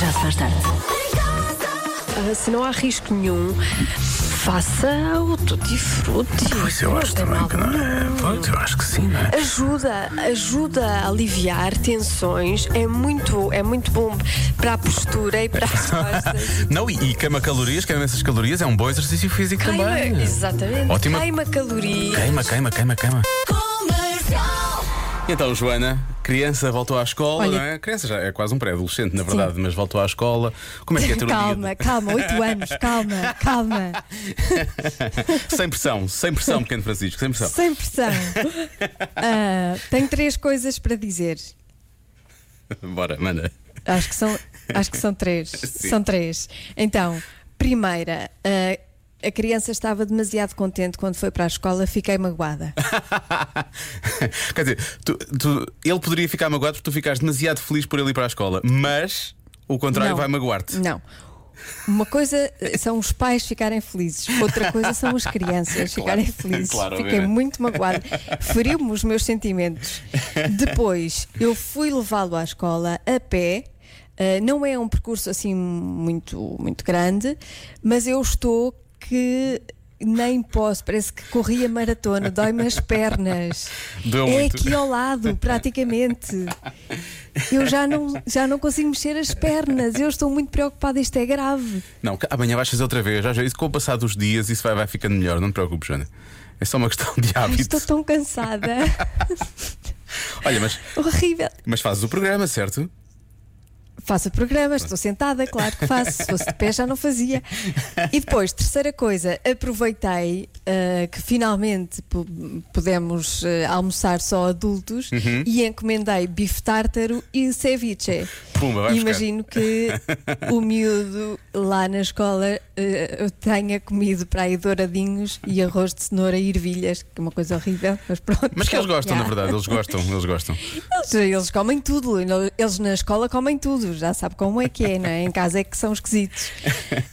Já se faz tarde. Ah, se não há risco nenhum, faça o tutti frutti. Ah, Pois eu Não acho tem também mal que não é. nenhum. Pois eu acho que sim, não é? Ajuda, ajuda a aliviar tensões. É muito, é muito bom para a postura e para as costas. Não, e, e queima calorias, queima essas calorias, é um bom exercício físico também. é Queima, exatamente. Ótima- Queima calorias. Queima, queima, queima, queima. Então, Joana, criança voltou à escola, Olha- não é? Criança já é quase um pré-adolescente, na verdade, mas voltou à escola. Como é que é ter um Calma, dia? calma, oito anos, calma, calma, Sem pressão, sem pressão, pequeno Francisco, sem pressão. sem pressão. Ah, tenho três coisas para dizer. Bora, manda. Acho que são, acho que são três. Sim. São três. Então, primeira, ah, a criança estava demasiado contente quando foi para a escola, fiquei magoada. Quer dizer, tu- tu- ele poderia ficar magoado porque tu ficares demasiado feliz por ele ir para a escola, mas o contrário Não. vai magoar-te. Não. Uma coisa eh, são os pais ficarem felizes, outra coisa são as crianças ficarem Claro, felizes. claro, Fiquei obviamente. muito magoada. Feriu-me os meus sentimentos. Depois, eu fui levá-lo à escola a pé. Eh, não é um percurso assim muito, muito grande, mas eu estou que nem posso, parece que corri a maratona, dói-me as pernas. Doeu é muito. aqui ao lado, praticamente. Eu já não, já não consigo mexer as pernas, eu estou muito preocupada, isto é grave. Não, que amanhã vais fazer outra vez. Já já, isso com o passar dos dias, isso vai, vai ficando melhor, não te preocupes, Joana. É só uma questão de Ai, hábito. Estou tão cansada. Olha, mas, Horrível. mas fazes o programa, certo? Faço programas, estou sentada, claro que faço. Se fosse de pé já não fazia. E depois, terceira coisa, aproveitei ah, que finalmente pu- pudemos ah, almoçar só adultos e encomendei bife tártaro e ceviche. Pumba, vai buscar. Imagino que o miúdo lá na escola ah, tenha comido para aí douradinhos e arroz de cenoura e ervilhas, que é uma coisa horrível, mas pronto. Mas que eles gostam, Yeah. na verdade, eles gostam, eles gostam. Eles, eles comem tudo, eles na escola comem tudo, já sabe como é que é, não é? Em casa é que são esquisitos.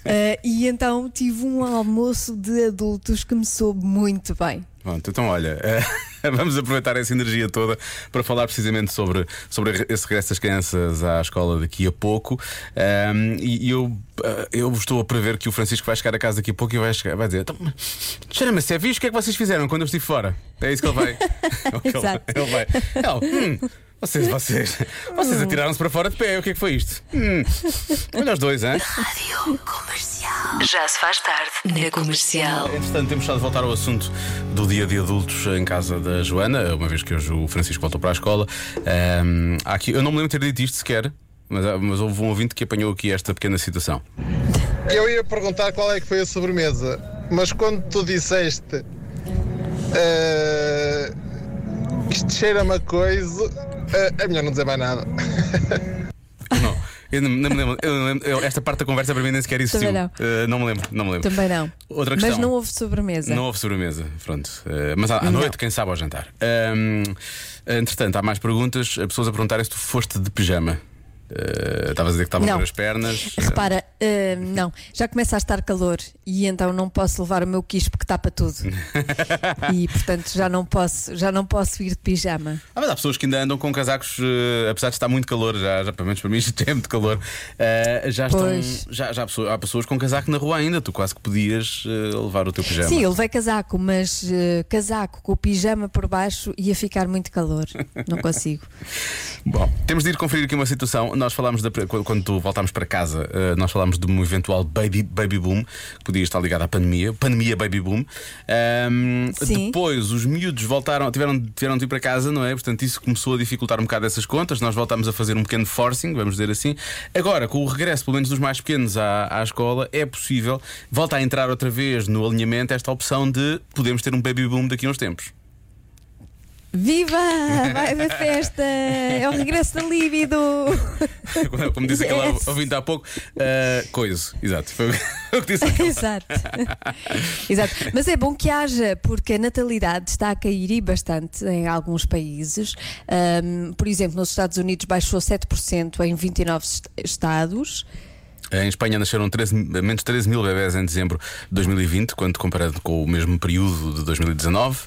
Ah, e então tive um almoço de adultos que me soube muito bem. Pronto, então olha, eh, vamos aproveitar essa energia toda para falar precisamente sobre, sobre esse regresso das crianças à escola daqui a pouco. Ahm, e e eu, eh, eu estou a prever que o Francisco vai chegar a casa daqui a pouco e vai, chegar, vai dizer: "Então, mas, Cheira-me, se é visto, o que é que vocês fizeram quando eu estive fora? É isso que ele vai. É o que ele- Exato. Ele vai. Ele, "Hum, vocês, vocês, vocês atiraram-se para fora de pé, o que é que foi isto? Hum, olha os dois, hein? Já se faz tarde na comercial. Entretanto, temos estado a voltar ao assunto do dia de adultos em casa da Joana, uma vez que hoje o Francisco voltou para a escola. Ahm, há aqui, eu não me lembro de ter dito isto sequer, mas, há- mas houve um ouvinte que apanhou aqui esta pequena situação. Eu ia perguntar qual é que foi a sobremesa, mas quando tu disseste eh, que isto cheira-me a coisa, eh, é melhor não dizer mais nada. Não, eu não, não me lembro. eu não lembro- eu- esta parte da conversa para mim nem sequer existiu. Também não. Ah, me lembro, não me lembro. Também não. Outra questão. Mas não houve sobremesa. Não houve sobremesa, pronto. Eh, mas à, à noite, quem sabe ao jantar. Ahm, entretanto, há mais perguntas. Há Pessoas a perguntarem se tu foste de pijama. Eh, Estavas a dizer que estava a Não. ver as pernas. Repara, ah, não, já começa a estar calor e então não posso levar o meu quispo que tapa tudo. e portanto já não posso, já não posso ir de pijama. Ah, mas há pessoas que ainda andam com casacos, eh, apesar de estar muito calor, já, já pelo menos para mim já tem muito calor. eh, já estão. Pois. Já, já há, pessoas, há pessoas com casaco na rua ainda, tu quase que podias eh, levar o teu pijama. Sim, eu levei casaco, mas eh, casaco com o pijama por baixo ia ficar muito calor. Não consigo. Bom, temos de ir conferir aqui uma situação. Nós falámos, da, quando quando tu voltámos para casa, eh, nós falámos de um eventual baby, baby boom, que podia estar ligado à pandemia, pandemia baby boom. Ahm, Sim. depois os miúdos voltaram, tiveram, tiveram de ir para casa, não é? Portanto, isso começou a dificultar um bocado essas contas. Nós voltámos a fazer um pequeno forcing, vamos dizer assim. Agora, com o regresso, pelo menos dos mais pequenos à, à escola, é possível, volta a entrar outra vez no alinhamento esta opção de podemos ter um baby boom daqui a uns tempos. Viva! Vai haver festa! É o regresso da líbido! Como- Como disse aquela Yes. ouvinte há pouco, uh, coisa, exato. Foi o que disse aquela. Exato. Exato. Mas é bom que haja, porque a natalidade está a cair e bastante em alguns países. Ahm, por exemplo, nos Estados Unidos baixou 7% em 29 est- estados. Em Espanha nasceram 13, menos 13 mil bebés em dezembro de 2020, quando comparado com o mesmo período de 2019.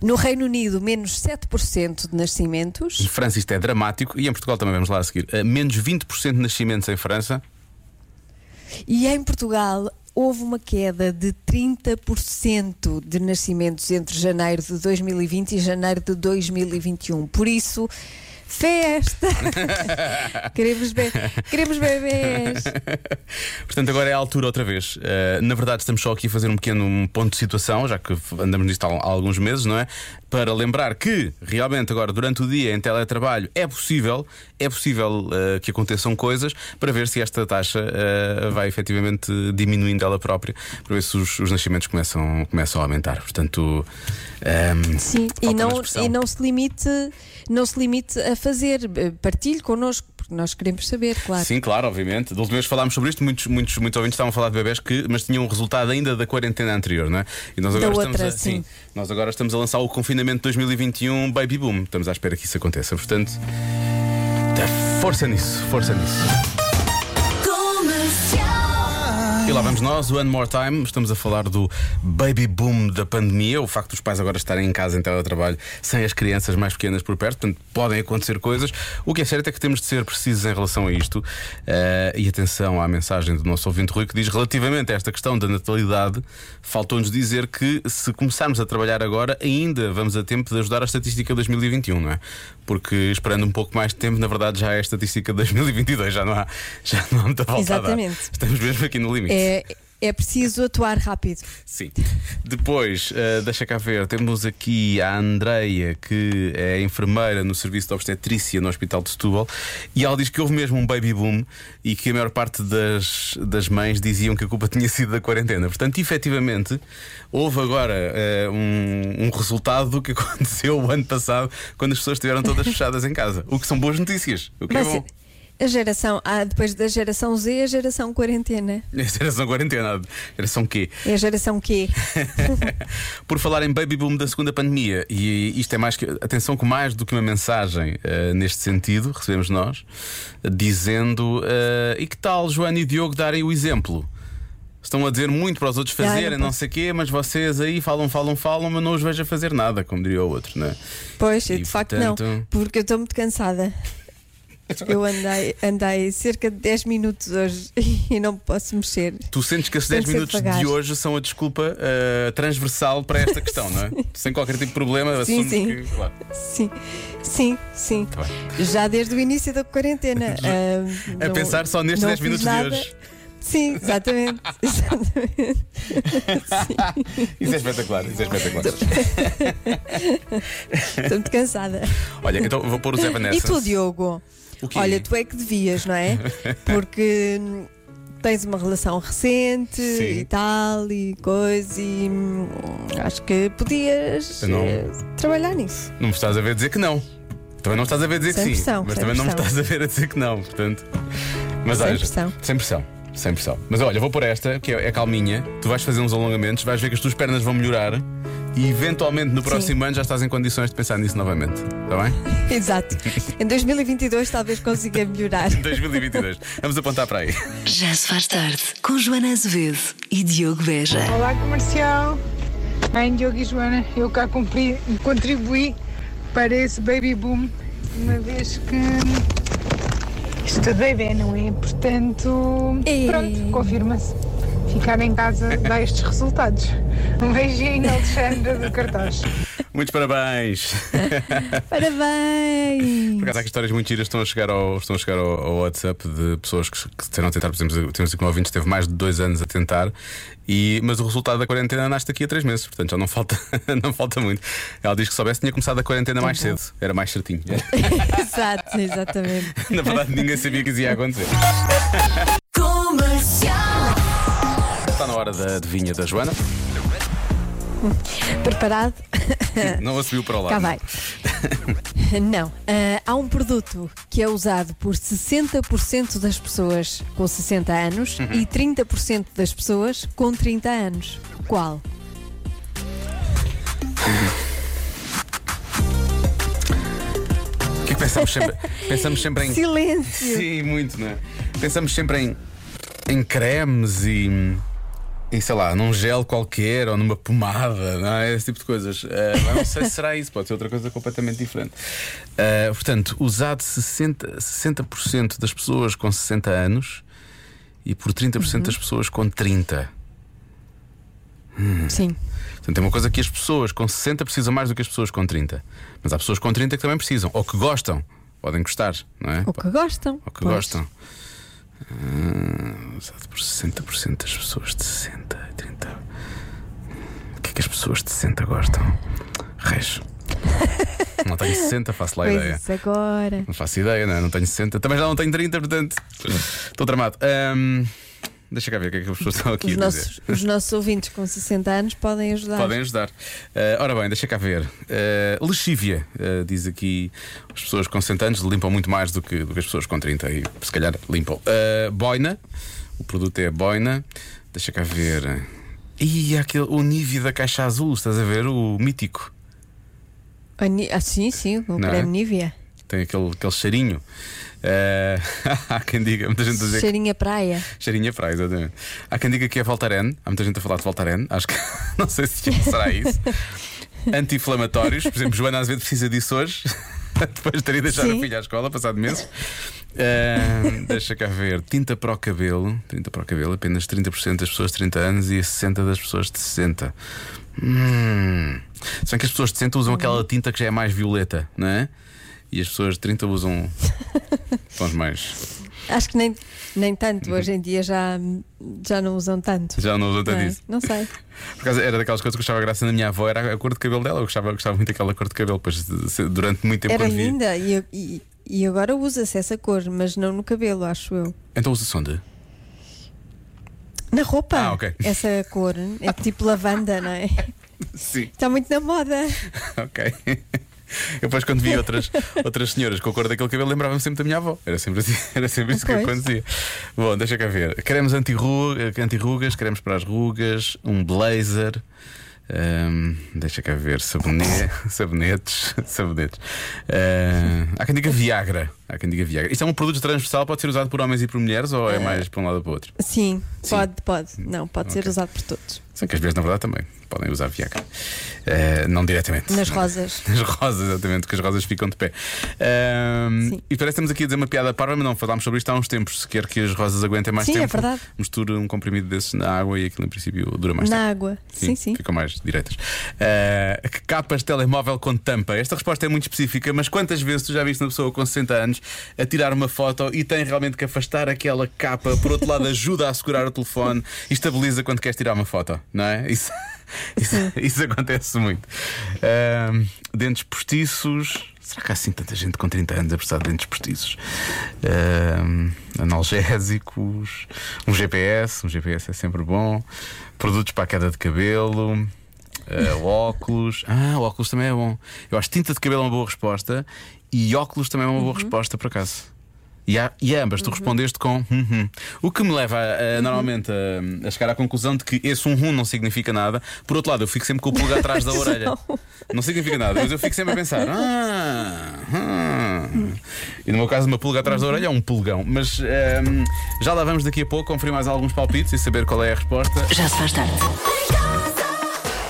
No Reino Unido, menos 7% de nascimentos. Em França isto é dramático e em Portugal também vamos lá a seguir. Eh, menos 20% de nascimentos em França. E em Portugal houve uma queda de 30% de nascimentos entre janeiro de 2020 e janeiro de 2021. Por isso, festa! queremos, be queremos bebês! Portanto, agora é a altura outra vez. Eh, na verdade, estamos só aqui a fazer um pequeno um ponto de situação, já que andamos nisto há, há alguns meses, não é? Para lembrar que realmente agora, durante o dia, em teletrabalho, é possível, é possível eh, que aconteçam coisas para ver se esta taxa eh, vai efetivamente diminuindo ela própria, para ver se os, os nascimentos começam, começam a aumentar. Portanto, ehm, Sim, falta e uma não, expressão. e não se limite, não se limite a fazer. Eh, Partilhe connosco, porque nós queremos saber, claro. Sim, claro, obviamente. Da última vez falámos sobre isto, muitos, muitos, muitos ouvintes estavam a falar de bebés que, mas tinham um resultado ainda da quarentena anterior, não é? E nós agora Da estamos outra, a, sim. nós agora estamos a lançar o confinamento 2021 Baby Boom. Estamos à espera que isso aconteça. Portanto, tá, força nisso, força nisso. E lá vamos nós, One More Time. Estamos a falar do baby boom da pandemia, o facto dos pais agora estarem em casa em teletrabalho sem as crianças mais pequenas por perto, portanto, podem acontecer coisas. O que é certo é que temos de ser precisos em relação a isto. Eh, e atenção à mensagem do nosso ouvinte Rui que diz relativamente a esta questão da natalidade, faltou-nos dizer que se começarmos a trabalhar agora, ainda vamos a tempo de ajudar a estatística 2021, não é? Porque esperando um pouco mais de tempo, na verdade, já é a estatística 2022, já não há, já não há muita volta a dar. Exatamente. Estamos mesmo aqui no limite. É, é preciso atuar rápido. Sim. Depois, eh, deixa cá ver, temos aqui a Andreia, que é enfermeira no serviço de obstetrícia no Hospital de Setúbal, e ela diz que houve mesmo um baby boom e que a maior parte das, das mães diziam que a culpa tinha sido da quarentena. Portanto, efetivamente, houve agora eh, um, um resultado do que aconteceu o ano passado, quando as pessoas estiveram todas fechadas em casa. O que são boas notícias. O que Mas é bom. a geração, há depois da geração Z, é a geração quarentena. É geração quarentena, geração quê? É a geração Q. Por falar em baby boom da segunda pandemia, e isto é mais que. Atenção, que mais do que uma mensagem eh, neste sentido, recebemos nós, dizendo: eh, e que tal Joana e Diogo darem o exemplo? Estão a dizer muito para os outros Ah, eu não fazerem, não, posso. sei quê, mas vocês aí falam, falam, falam, mas não os vejo a fazer nada, como diria o outro, não é? Pois, E, de facto portanto- não, porque eu estou muito cansada. Eu andei, andei cerca de 10 minutos hoje e não posso mexer. Tu sentes que esses Tem 10 que ser minutos de devagar. hoje são a desculpa eh, transversal para esta questão, não é? Sem qualquer tipo de problema, Sim, assumes sim. que. Claro. Sim, sim, sim. Tá Já desde o início da quarentena. ah, A não- pensar só nestes não 10 fiz minutos de nada. hoje. Sim, exatamente. exatamente. Isso é espetacular, isso é espetacular. Estou muito cansada. Olha, então vou pôr o Zé Vanessa. E tu, Diogo? O quê? Olha, tu é que devias, não é? Porque hum, tens uma relação recente Sim. e tal e coisa e hum, acho que podias Eu não- eh, trabalhar nisso. Não me estás a ver dizer que não. Também não me estás a ver dizer Sem que sim. pressão, mas sem também não me pressão. estás a ver a dizer que não, portanto. Mas Sem olha, pressão. Sem pressão. Sem pressão. Mas olha, vou pôr esta, que é, é calminha. Tu vais fazer uns alongamentos, vais ver que as tuas pernas vão melhorar e eventualmente no próximo ano já estás em condições de pensar nisso novamente. Está bem? Exato. Em 2022 talvez consiga melhorar. 2022. Vamos apontar para aí. Já se faz tarde com Joana Azevedo e Diogo Beja. Olá comercial, bem Diogo e Joana, eu cá cumpri, contribuí para esse baby boom, uma vez que estou de bebê, não é? Portanto, Ei. pronto, confirma-se. Ficar em casa dá estes resultados. Um beijinho, Alexandra do Cartaz. Muitos parabéns. Por Parabéns! acaso há aqui histórias muito giras que estão a chegar ao, estão a chegar ao, ao WhatsApp de pessoas que, que disseram a tentar, por exemplo, temos aqui um ouvinte que esteve mais de dois anos a tentar, e, mas o resultado da quarentena nasce daqui a três meses, portanto já não falta, não falta muito. Ela diz que se soubesse tinha começado a quarentena mais Então. cedo, era mais certinho. Exato, exatamente. Na verdade ninguém sabia que isso ia acontecer. Está na hora da adivinha da Joana. Preparado? Não a subiu para o lado. Ah. Cá vai. Não. Ah, há um produto que é usado por 60% das pessoas com 60 anos Uhum. e 30% das pessoas com 30 anos. Qual? O que é que pensamos sempre? Pensamos sempre em. Silêncio! Sim, muito, não é? Pensamos sempre em, em cremes e. em, sei lá, num gel qualquer ou numa pomada, não é? esse tipo de coisas. Eh, mas não sei se será isso, pode ser outra coisa completamente diferente. Eh, portanto, usado 60%, 60 das pessoas com 60 anos e por 30% das pessoas com 30. Hum. Sim. Portanto, é uma coisa que as pessoas com 60 precisam mais do que as pessoas com 30. Mas há pessoas com 30 que também precisam, ou que gostam, podem gostar, não é? Ou que gostam. Ou que pois. gostam. Hum, usado por 60% das pessoas de 60 e 30. O que é que as pessoas de 60 gostam? Reis. Não tenho 60, faço lá Pois ideia. isso agora. Não faço ideia, não, é? não tenho 60. Também já não tenho 30, portanto. Estou tramado. Hum, deixa cá ver o que é que as pessoas estão aqui Os a dizer. nossos, os nossos ouvintes com 60 anos podem ajudar. Podem ajudar. Eh, ora bem, deixa cá ver. Eh, lexívia, eh, diz aqui, as pessoas com 100 anos limpam muito mais do que, do que as pessoas com 30 e se calhar limpam. Eh, boina, o produto é boina. Deixa cá ver. E aquele, o Nivea da caixa azul, estás a ver? O mítico. Ah, ni- ah, sim, sim, o Não é? creme Nivea. Tem aquele, aquele cheirinho. Eh, há quem diga, muita gente a dizer que. Cheirinho a praia. Cheirinho a praia, exatamente. Há quem diga que é Voltaren. Há muita gente a falar de Voltaren. Acho que não sei se será isso. Anti-inflamatórios. Por exemplo, Joana às vezes precisa disso hoje. Depois de ter ido deixar a Sim. filha à escola, passado meses. Ahm, deixa cá ver. Tinta para o cabelo. Tinta para o cabelo. Apenas 30% das pessoas de 30 anos e 60% das pessoas de 60. Hum. Se bem que as pessoas de 60 Hum. usam aquela tinta que já é mais violeta, não é? E as pessoas de 30 usam tons mais. Acho que nem, nem tanto. Hoje em dia já, já não usam tanto. Uhum. Já não usam tanto não, é? isso. Não sei. Por acaso era daquelas coisas que eu gostava graça na minha avó, era a cor de cabelo dela. Eu gostava, eu gostava muito daquela cor de cabelo, pois de- se- durante muito tempo Era quando vi. linda e, e, e agora usa-se essa cor, mas não no cabelo, acho eu. Então usa sonda. Na roupa, Ah, ok. essa cor é tipo lavanda, não é? Sim, Está muito na moda. ok. Eu depois quando vi outras, outras senhoras com a cor daquele cabelo lembrava-me sempre da minha avó. Era sempre, assim, era sempre isso que Pois. acontecia. Bom, deixa cá ver. Queremos anti-ru- anti-rugas, queremos para as rugas, um blazer. ahm, deixa cá ver, sabonete, sabonetes, sabonetes. Ah, há quem diga Viagra. Há quem diga Viagra. Isto é um produto transversal, pode ser usado por homens e por mulheres ou é mais para um lado ou para o outro? Sim, Sim. pode, pode. Não, pode ser Ok. usado por todos. Sei que as vezes, na verdade, também podem usar Viagra. Eh, não diretamente. Nas rosas. Nas rosas, exatamente, que as rosas ficam de pé. Ahm, Sim. e parece que estamos aqui a dizer uma piada parva, mas não falámos sobre isto há uns tempos. Se quer que as rosas aguentem mais Sim, tempo, é verdade. mistura um comprimido desses na água e aquilo, em princípio, dura mais tempo. Na água. Sim, sim. Ficam mais diretas. Ah, que capas de telemóvel com tampa? Esta resposta é muito específica, mas quantas vezes tu já viste uma pessoa com 60 anos a tirar uma foto e tem realmente que afastar aquela capa? Por outro lado, ajuda a segurar o telefone e estabiliza quando queres tirar uma foto, não é? Isso, isso, isso acontece muito. Ah, dentes postiços. Será que há assim tanta gente com 30 anos a precisar de dentes postiços? Ah, analgésicos, um GPS, um GPS é sempre bom, produtos para a queda de cabelo, ah, óculos. Ah, óculos também é bom. Eu acho que tinta de cabelo é uma boa resposta e óculos também é uma boa resposta, por acaso. E, há- e ambas, tu respondeste com uhum. O que me leva a- Uhum. a, normalmente a, a chegar à conclusão de que esse uhum não significa nada. Por outro lado, eu fico sempre com o pulgar atrás da orelha. Não. significa nada, mas eu fico sempre a pensar. Ah, hum. E no meu caso, uma pulga atrás da orelha é um pulgão. Mas ehm, já lá vamos daqui a pouco conferir mais alguns palpites e saber qual é a resposta. Já se faz tarde.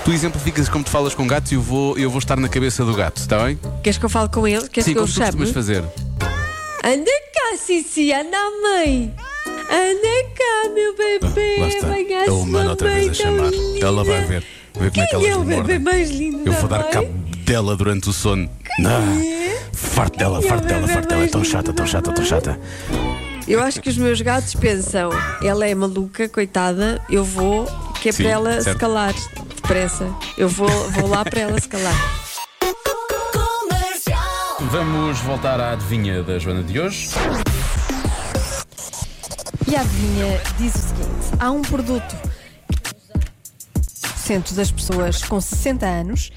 Tu exemplificas como tu falas com gatos e eu vou, eu vou estar na cabeça do gato, está bem? Queres que eu fale com ele? Queres Sim, É que eu como o tu costumas chame? fazer. Anda cá, Cici, anda à mãe. Anda cá, meu bebê. Lá está. Vem cá, É o sua humano outra mãe vez a tão chamar. linda. Ela vai ver. Ver como é que Quem elas é o me bebê mordem. mais lindo Eu da vou dar mãe? cabo dela durante o sono. Não. Farto dela, Quem é farto o dela, bebê farto dela. É tão mais chata, lindo tão da chata, tão mãe? chata. Eu acho que os meus gatos pensam, ela é maluca, coitada, eu vou, que é Sim, para ela certo. se calar depressa. Eu vou, vou lá para ela se calar. Vamos voltar à adivinha da Joana de hoje. E a adivinha diz o seguinte: há um produto cento das pessoas com 60 anos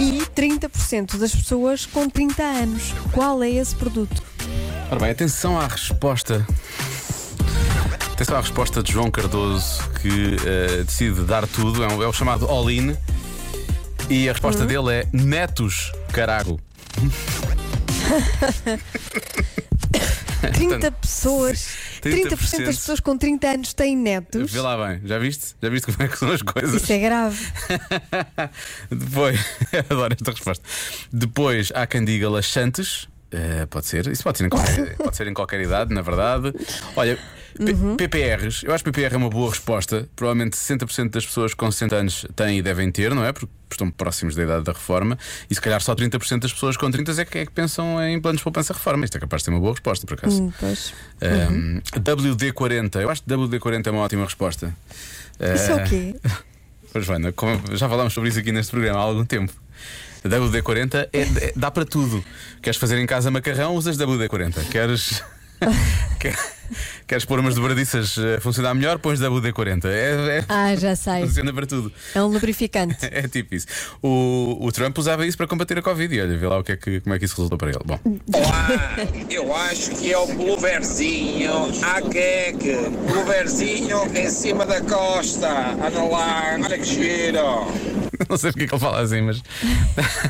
e 30% das pessoas com 30 anos. Qual é esse produto? Ora bem, atenção à resposta. Atenção à resposta de João Cardoso, que eh, decide dar tudo. É, um- é o chamado all-in. E a Hum? resposta dele é netos, carago. 30 pessoas, 30%, 30% das pessoas com 30 anos têm netos. Vê lá bem, já viste? Já viste como é que são as coisas? Isso é grave. Depois, adoro esta resposta. Depois há quem diga laxantes. Eh, pode ser, isso pode ser, em qualquer, pode ser em qualquer idade, na verdade. Olha, P- Uhum. PPRs, eu acho que PPR é uma boa resposta. Provavelmente 60% das pessoas com 60 anos têm e devem ter, não é? Porque estão próximos da idade da reforma. E se calhar só 30% das pessoas com 30 é que, é que pensam em planos de poupança-reforma. Isto é capaz de ser uma boa resposta, por acaso. Hum, pois. Um, WD40, eu acho que WD40 é uma ótima resposta. Isso é o Eh, quê? Pois Joana, como já falámos sobre isso aqui neste programa há algum tempo. WD40 é- é- dá para tudo. Queres fazer em casa macarrão, usas WD40. Queres. que- Queres pôr umas dobradiças eh, a funcionar melhor, pões WD40. É, é- Ah, já sei. Funciona para tudo. É um lubrificante. É tipo isso. O, o Trump usava isso para combater a Covid e olha, vê lá o que é que, como é que isso resultou para ele. Bom, Olá, eu acho que é o pulverzinho à queque. Pulverzinho em cima da costa. Anda lá, olha que giro. não sei porque é que ele fala assim, mas.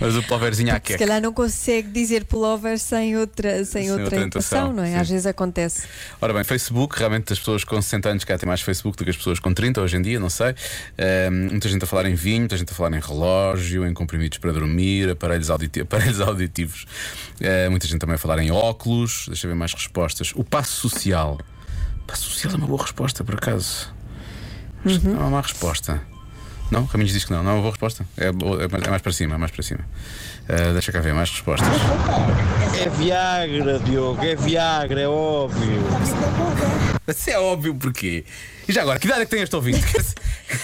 mas o poverzinho à Se queca. calhar não consegue dizer pullover sem outra, sem é Sem outra outra intenção, intenção, não é? sim. Às vezes acontece. Ora bem, Facebook, realmente as pessoas com 60 anos cá têm mais Facebook do que as pessoas com 30 hoje em dia, não sei. Ahm, muita gente a falar em vinho, muita gente a falar em relógio, em comprimidos para dormir, aparelhos, auditi- aparelhos auditivos. Ah, muita gente também a falar em óculos. Deixa eu ver mais respostas. O passo social. O passo social é uma boa resposta, por acaso. Acho que Não é uma má resposta. Não, Caminhos diz que não, não é uma boa resposta. É, bo- é mais- é mais para cima, é mais para cima. Ah, deixa cá ver mais respostas. É Viagra, Diogo, é Viagra, é óbvio. Isso é óbvio porquê. E já agora, que idade é que tem este ouvinte? Queres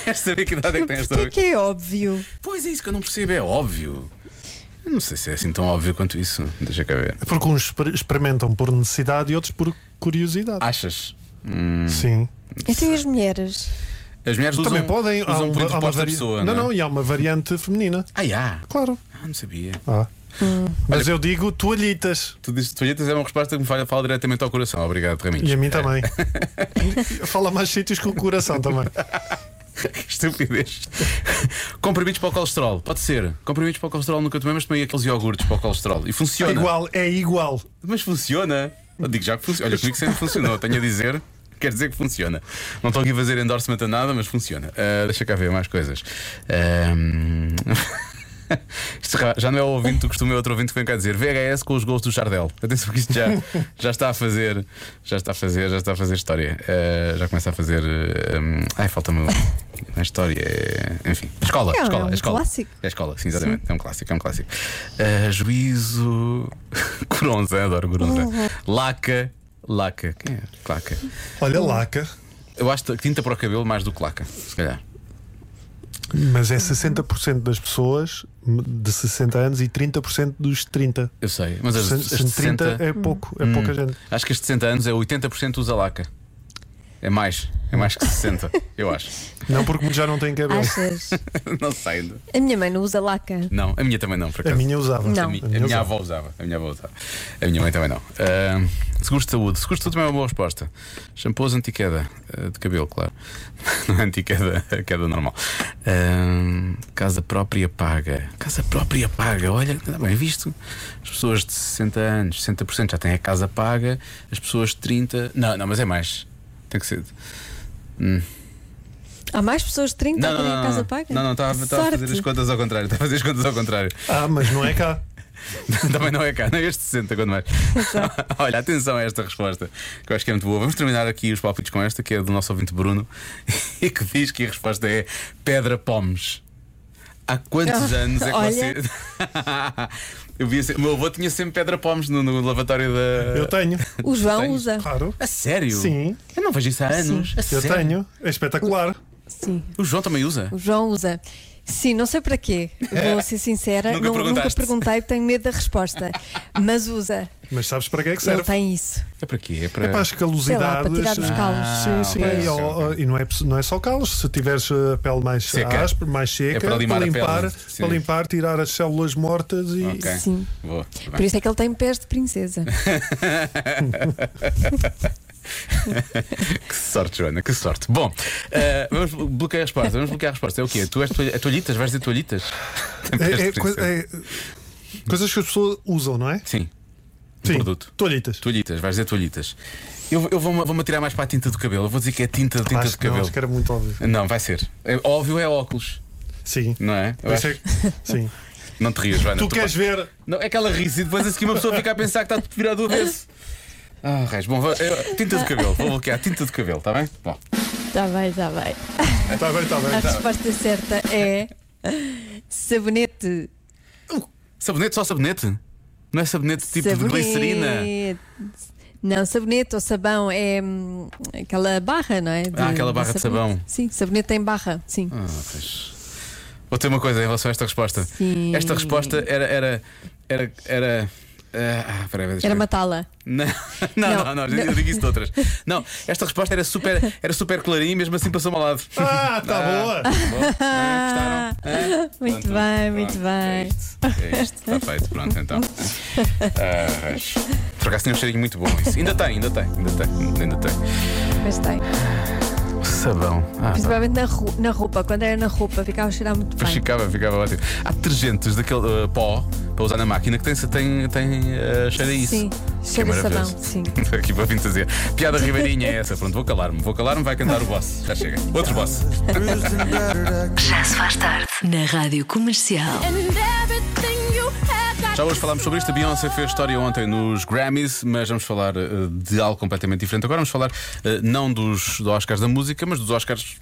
queres saber que idade é que tem este Porque é ouvinte? que é óbvio. Pois é, isso que eu não percebo, é óbvio. Eu não sei se é assim tão óbvio quanto isso. Deixa cá ver. Porque uns exper- experimentam por necessidade e outros por curiosidade. Achas? Sim. Então e as mulheres? As mulheres usam, Também podem. há usam um- um período há de uma posta da vari- pessoa. Não, é? não, e há uma variante feminina. Ah, já. Claro. Ah, não sabia. Ah. Mas eu digo toalhitas. Tu dizes toalhetas é uma resposta que me fala, fala diretamente ao coração. Obrigado, Raminhos. E a mim também. Fala mais sítios que o coração também. Que Estupidez. Comprimidos para o colesterol. Pode ser. Comprimidos para o colesterol nunca tomei, mas tomei aqueles iogurtes para o colesterol. E É funciona. igual, é igual. Mas funciona. Eu digo já que funciona. Olha, comigo sempre funcionou. Tenho a dizer, quer dizer que funciona. Não estou aqui a fazer endorsement a nada, mas funciona. Ah, deixa cá ver mais coisas. Ahm, Isto já- já não é o ouvinte do costume, é outro ouvinte que vem cá dizer VHS com os gols do Chardel. Atenção que isto já, já está a fazer, já está a fazer, já está a fazer história. Ah, já começa a fazer. ah, hum, ai, falta-me uma história. é- Enfim, escola, É, é escola, um escola. clássico. É escola, sim, exatamente. É um clássico, é um clássico. Ah, juízo. Coronza, adoro Coronza. Uhum. Laca. Laca. Quem é? Claca. Olha, laca. Eu acho que tinta para o cabelo mais do que laca, se calhar. Mas é 60% das pessoas de 60 anos e 30% dos 30. Eu sei, mas as, Se- as se de Hum. 30 60. é pouco, é pouca gente. Acho que as de 60 anos é 80% usa laca. É mais. É mais que 60, eu acho. Não porque já não tem cabelo. Achas? Não sei ainda. A minha mãe não usa laca. Não, a minha também não, por A acaso. minha usava. Não. A, mi- a minha, usava. avó usava. A minha avó usava. A minha mãe também não. Ah, seguro de saúde. Seguro de saúde também é uma boa resposta. Shampoos anti-queda. ah, de cabelo, claro. Não é anti-queda, é queda normal. Ah, casa própria paga. Casa própria paga. Olha, está bem visto. As pessoas de 60 anos, 60% já têm a casa paga. As pessoas de 30. Não, não, mas é mais. Tem que ser. Há mais pessoas de 30 Não, que não, têm a não. casa paga? Não, não, estava estava a fazer as Sorte. contas ao contrário. Estava a fazer as contas ao contrário. Ah, mas não é cá. Também não é cá, não é este 60, quando mais. Olha, atenção a esta resposta, que eu acho que é muito boa. Vamos terminar aqui os palpites com esta, que é do nosso ouvinte Bruno, e que diz que a resposta é Pedra Pomes. Há quantos anos é que Ah, olha. você. eu vi assim, o meu avô tinha sempre Pedra Pomes no, no lavatório da. Eu tenho. O João Tenho. usa. Claro. A sério? Sim. Eu não vejo isso há anos. A Eu sério? tenho. É espetacular. Sim, O João também usa. o João usa. Sim, não sei para quê. Vou ser sincera. Nunca não- nunca perguntaste. perguntei, tenho medo da resposta. Mas usa. Mas sabes para que é que Ele serve? tem isso. É para quê? É para. É para as Sei lá, para calosidades. tirar os calos. Sim, sim, ok, e, ok, ó, ok. e não, é, não é só calos. Se tiveres a pele mais Seca. áspera, mais seca, É para limar a limpar, pele, sim. para limpar, tirar as células mortas e é, Ok. Sim. Boa. Por isso é que ele tem pés de princesa. Que sorte, Joana, que sorte. Bom, eh, vamos bloquear a resposta. Vamos bloquear a resposta. É o quê? Tu és toalha- toalhitas? Vais dizer toalhitas? É- Tens é de coi- ser. é- coisas que as pessoas usam, não é? Sim. do produto? Toalhitas. Toalhitas, vais dizer toalhitas. Eu, eu vou-me vou tirar mais para a tinta do cabelo. Eu vou dizer que é tinta, tinta Acho de que não, cabelo. acho que era muito óbvio. Não, vai ser. É, óbvio é óculos, Sim. não é? Eu Isso acho- é- Sim. Não te rias, Joana. Tu queres pa- ver Não, é aquela risa e depois a seguir uma pessoa fica a pensar que está tudo virado do avesso. Ah, raios. Bom, vou- eu- tinta de cabelo. Vou bloquear tinta de cabelo, está bem? Bom. Está Tá bem, está bem. Está Tá bem, está bem. A resposta certa é sabonete. Sabonete, só sabonete? Não é sabonete tipo de glicerina? Não, sabonete ou sabão é hum, aquela barra, não é? De- Ah, aquela barra de sabonete. sabão. Sim, sabonete tem barra, sim. Ah, pois. Vou ter uma coisa em relação a esta resposta. Sim. Esta resposta era. Era. Era. era ah, peraí, deixa eu Era ver. matá-la. Não, não, não, Não. não, eu digo isso de outras. Não, esta resposta era super, era super clarinha e mesmo assim passou-me ao lado. Ah, está boa. Bom, ah, gostaram? Ah, Muito pronto, bem, muito pronto, É bem. isto, é isto, está feito, pronto, então. Ah, por acaso tinha um cheirinho muito bom isso. Ainda tem, ainda tem, ainda tem, ainda tem. Mas tem. Sabão. Ah, pá. Principalmente na, ru- na roupa. Quando era na roupa, ficava a cheirar muito Mas bem. ficava, ficava ótimo. Há detergentes daquele eh, pó para usar na máquina que tem, tem, tem eh, cheiro a isso. Sim, cheiro a sabão, sim. Aqui para vim dizer. Piada ribeirinha é essa. Pronto, vou calar-me. Vou calar-me, vai cantar o boss. Já chega. Outro boss. Já se faz tarde na Rádio Comercial. Já hoje falámos sobre isto. A Beyoncé fez história ontem nos Grammys, mas vamos falar eh, de algo completamente diferente. Agora vamos falar eh, não dos do Oscars da música, mas dos Oscars.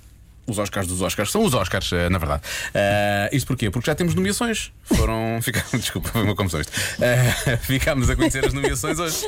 Os Oscars dos Oscars são os Oscars, eh, na verdade. Eh, isto porquê? Porque já temos nomeações. Foram. Ficaram... Desculpa, foi uma confusão isto. Eh, ficámos a conhecer as nomeações hoje.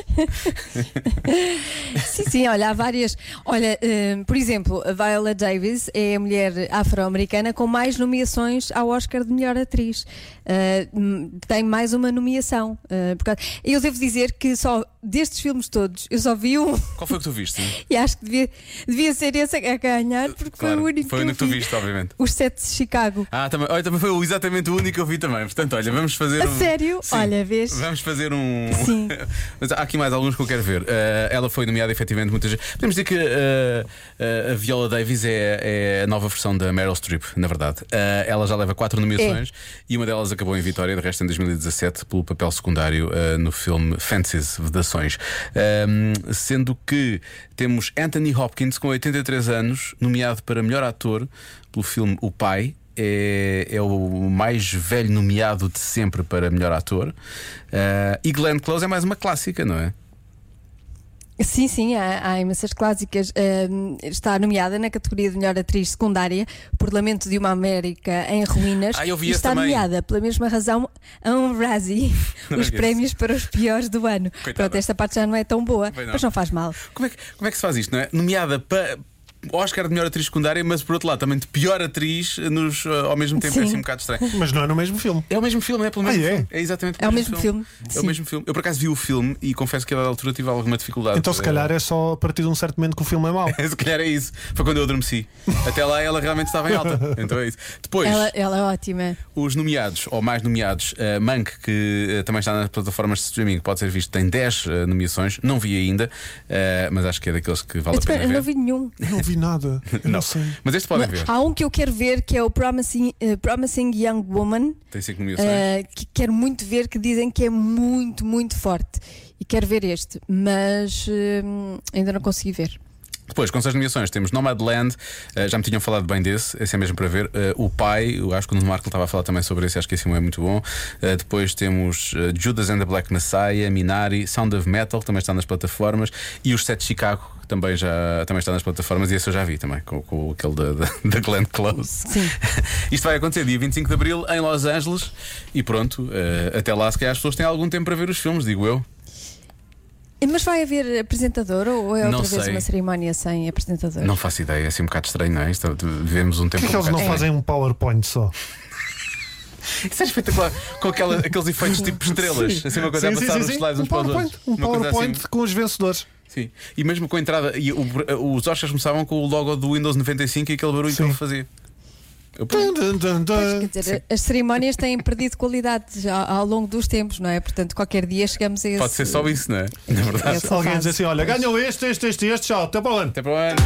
Sim, sim, olha, há várias. Olha, hum, por exemplo, a Viola Davis é a mulher afro-americana com mais nomeações ao Oscar de melhor atriz. Uh, hum, tem mais uma nomeação. Uh, por causa- Eu devo dizer que só destes filmes todos eu só vi um Qual foi o que tu viste? e acho que devia, devia ser esse a ganhar porque foi Claro, o único foi o que, eu único que tu vi. viste, obviamente. Os Sete de Chicago. Ah, também, olha, também foi o- exatamente o único que eu vi também. Portanto, olha, vamos fazer. A um- sério? Sim. Olha, vês? Vamos fazer um. Sim. Mas há aqui mais alguns que eu quero ver. Eh, ela foi nomeada efetivamente muitas vezes. Podemos dizer que eh, eh, a Viola Davis é, é a nova versão da Meryl Streep, na verdade. Eh, ela já leva quatro É. nomeações e uma delas acabou em vitória, de resto em 2017, pelo papel secundário eh, no filme Fancies Vedações. Ehm, sendo que temos Anthony Hopkins, com 83 anos, nomeado para melhor ator pelo filme O Pai é, é o mais velho nomeado de sempre para melhor ator. Ah, e Glenn Close é mais uma clássica, não é? Sim, sim, há, há imensas clássicas. Hum, está nomeada na categoria de melhor atriz secundária por Lamento de uma América em Ruínas. Ah, eu vi e esse está também. nomeada, pela mesma razão, a um Razzie, Não os vi prémios para os piores do ano. Coitada. Pronto, esta parte já não é tão boa, Pois não. mas não faz mal. Como é que, como é que se faz isto, não é? Nomeada para. Oscar de melhor atriz secundária, mas por outro lado também de pior atriz nos, ah, ao mesmo tempo é Sim. assim um bocado estranho. Mas não é no mesmo filme. É o mesmo filme, é pelo mesmo Ah, é? filme. É exatamente É o mesmo filme, É o sim. mesmo filme. Eu por acaso vi o filme e confesso que a dada altura tive alguma dificuldade. Então, se calhar, é só a partir de um certo momento que o filme é mau. Se calhar é isso. Foi quando eu adormeci. Até lá ela realmente estava em alta. Então é isso. Depois. Ela, ela é ótima. Os nomeados, ou mais nomeados, uh, Mank, que eh, também está nas plataformas de streaming, pode ser visto, tem 10 eh, nomeações, não vi ainda, eh, mas acho que é daqueles que vale Eu a pena espero- eu não ver. vi nenhum. Não vi nada. Eu não, sei. Mas este podem ver, Há um que eu quero ver que é o Promising, eh, Promising Young Woman. tem 5 nomeações. Uh, que quero muito ver, que dizem que é muito, muito forte. E quero ver este, mas hum, ainda não consegui ver. Depois, com seis nomeações, temos Nomadland, eh, já me tinham falado bem desse, esse é mesmo para ver. eh, o Pai, eu acho que o Nuno Marco estava a falar também sobre esse, acho que esse é muito bom. Eh, depois temos eh, Judas and the Black Messiah, Minari, Sound of Metal, que também está nas plataformas, e os Sete de Chicago, que também, já, também está nas plataformas, e esse eu já vi também, com, com aquele da, da, da Glenn Close. Sim. Isto vai acontecer dia 25 de Abril em Los Angeles, e pronto, eh, até lá, se calhar as pessoas têm algum tempo para ver os filmes, digo eu. Mas vai haver apresentador ou é outra Não vez sei. uma cerimónia sem apresentador? Não faço ideia, é assim um bocado estranho, não é? Isto, vivemos um tempo Porquê que um eles não bocado estranho. fazem um PowerPoint só? Isso é espetacular, com aquela- aqueles efeitos tipo estrelas, assim uma coisa a passar os slides Um uns para os PowerPoint, outros. um Uma coisa PowerPoint assim. com os vencedores. Sim. E mesmo com a entrada, e o- os Oscars começavam com o logo do Windows 95 e aquele barulho que Sim. ele fazia. Eu- Dun, dun, dun, Pois, dun. quer dizer, as cerimónias têm perdido qualidade já ao, longo dos tempos, não é? Portanto, qualquer dia chegamos a esse. Pode ser só isso, não é? Na verdade. Essa Alguém fase. diz assim: olha, ganham este, este, este, este, tchau, até para o ano. Até para o ano.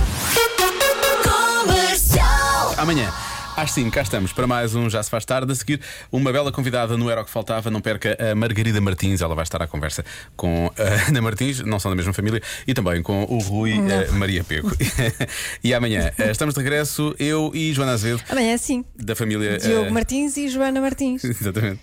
Amanhã Às 5, cá estamos para mais um Já Se Faz Tarde. A seguir, uma bela convidada no Era o que Faltava. Não perca a Margarida Martins. Ela vai estar à conversa com a Ana Martins, não são da mesma família, e também com o Rui eh, Maria Pego. e amanhã eh, estamos de regresso, eu e Joana Azevedo, Amanhã sim. da família. Diogo eh, Martins e Joana Martins. Exatamente.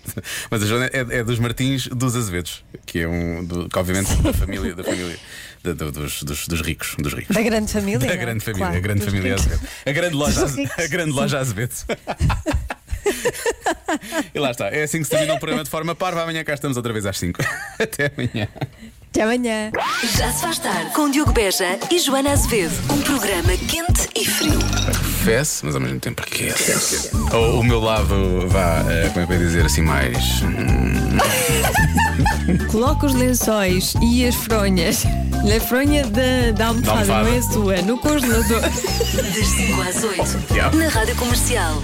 Mas a Joana é, é dos Martins dos Azevedos, que é um. do- que obviamente da família. Da família da- do- dos, dos, dos ricos. Dos ricos. Da grande família. A não? é? grande família, Claro, a grande dos família ricos. Azevedo. A grande loja, Dos ricos. a grande loja Azevedo. e lá está. É assim que se termina o programa de forma parva. Amanhã cá estamos outra vez às 5. Até amanhã. Até amanhã. Já se faz tarde com Diogo Beja e Joana Azevedo. Um programa quente e frio. Fesse, mas ao mesmo tempo aquece. Ou o meu lado, vá, eh, como é que eu ia dizer assim, mais. Coloca os lençóis e as fronhas. Na fronha da, da almofada, almofada. não é a sua, no congelador. Das 5 às 8. Na Rádio Comercial.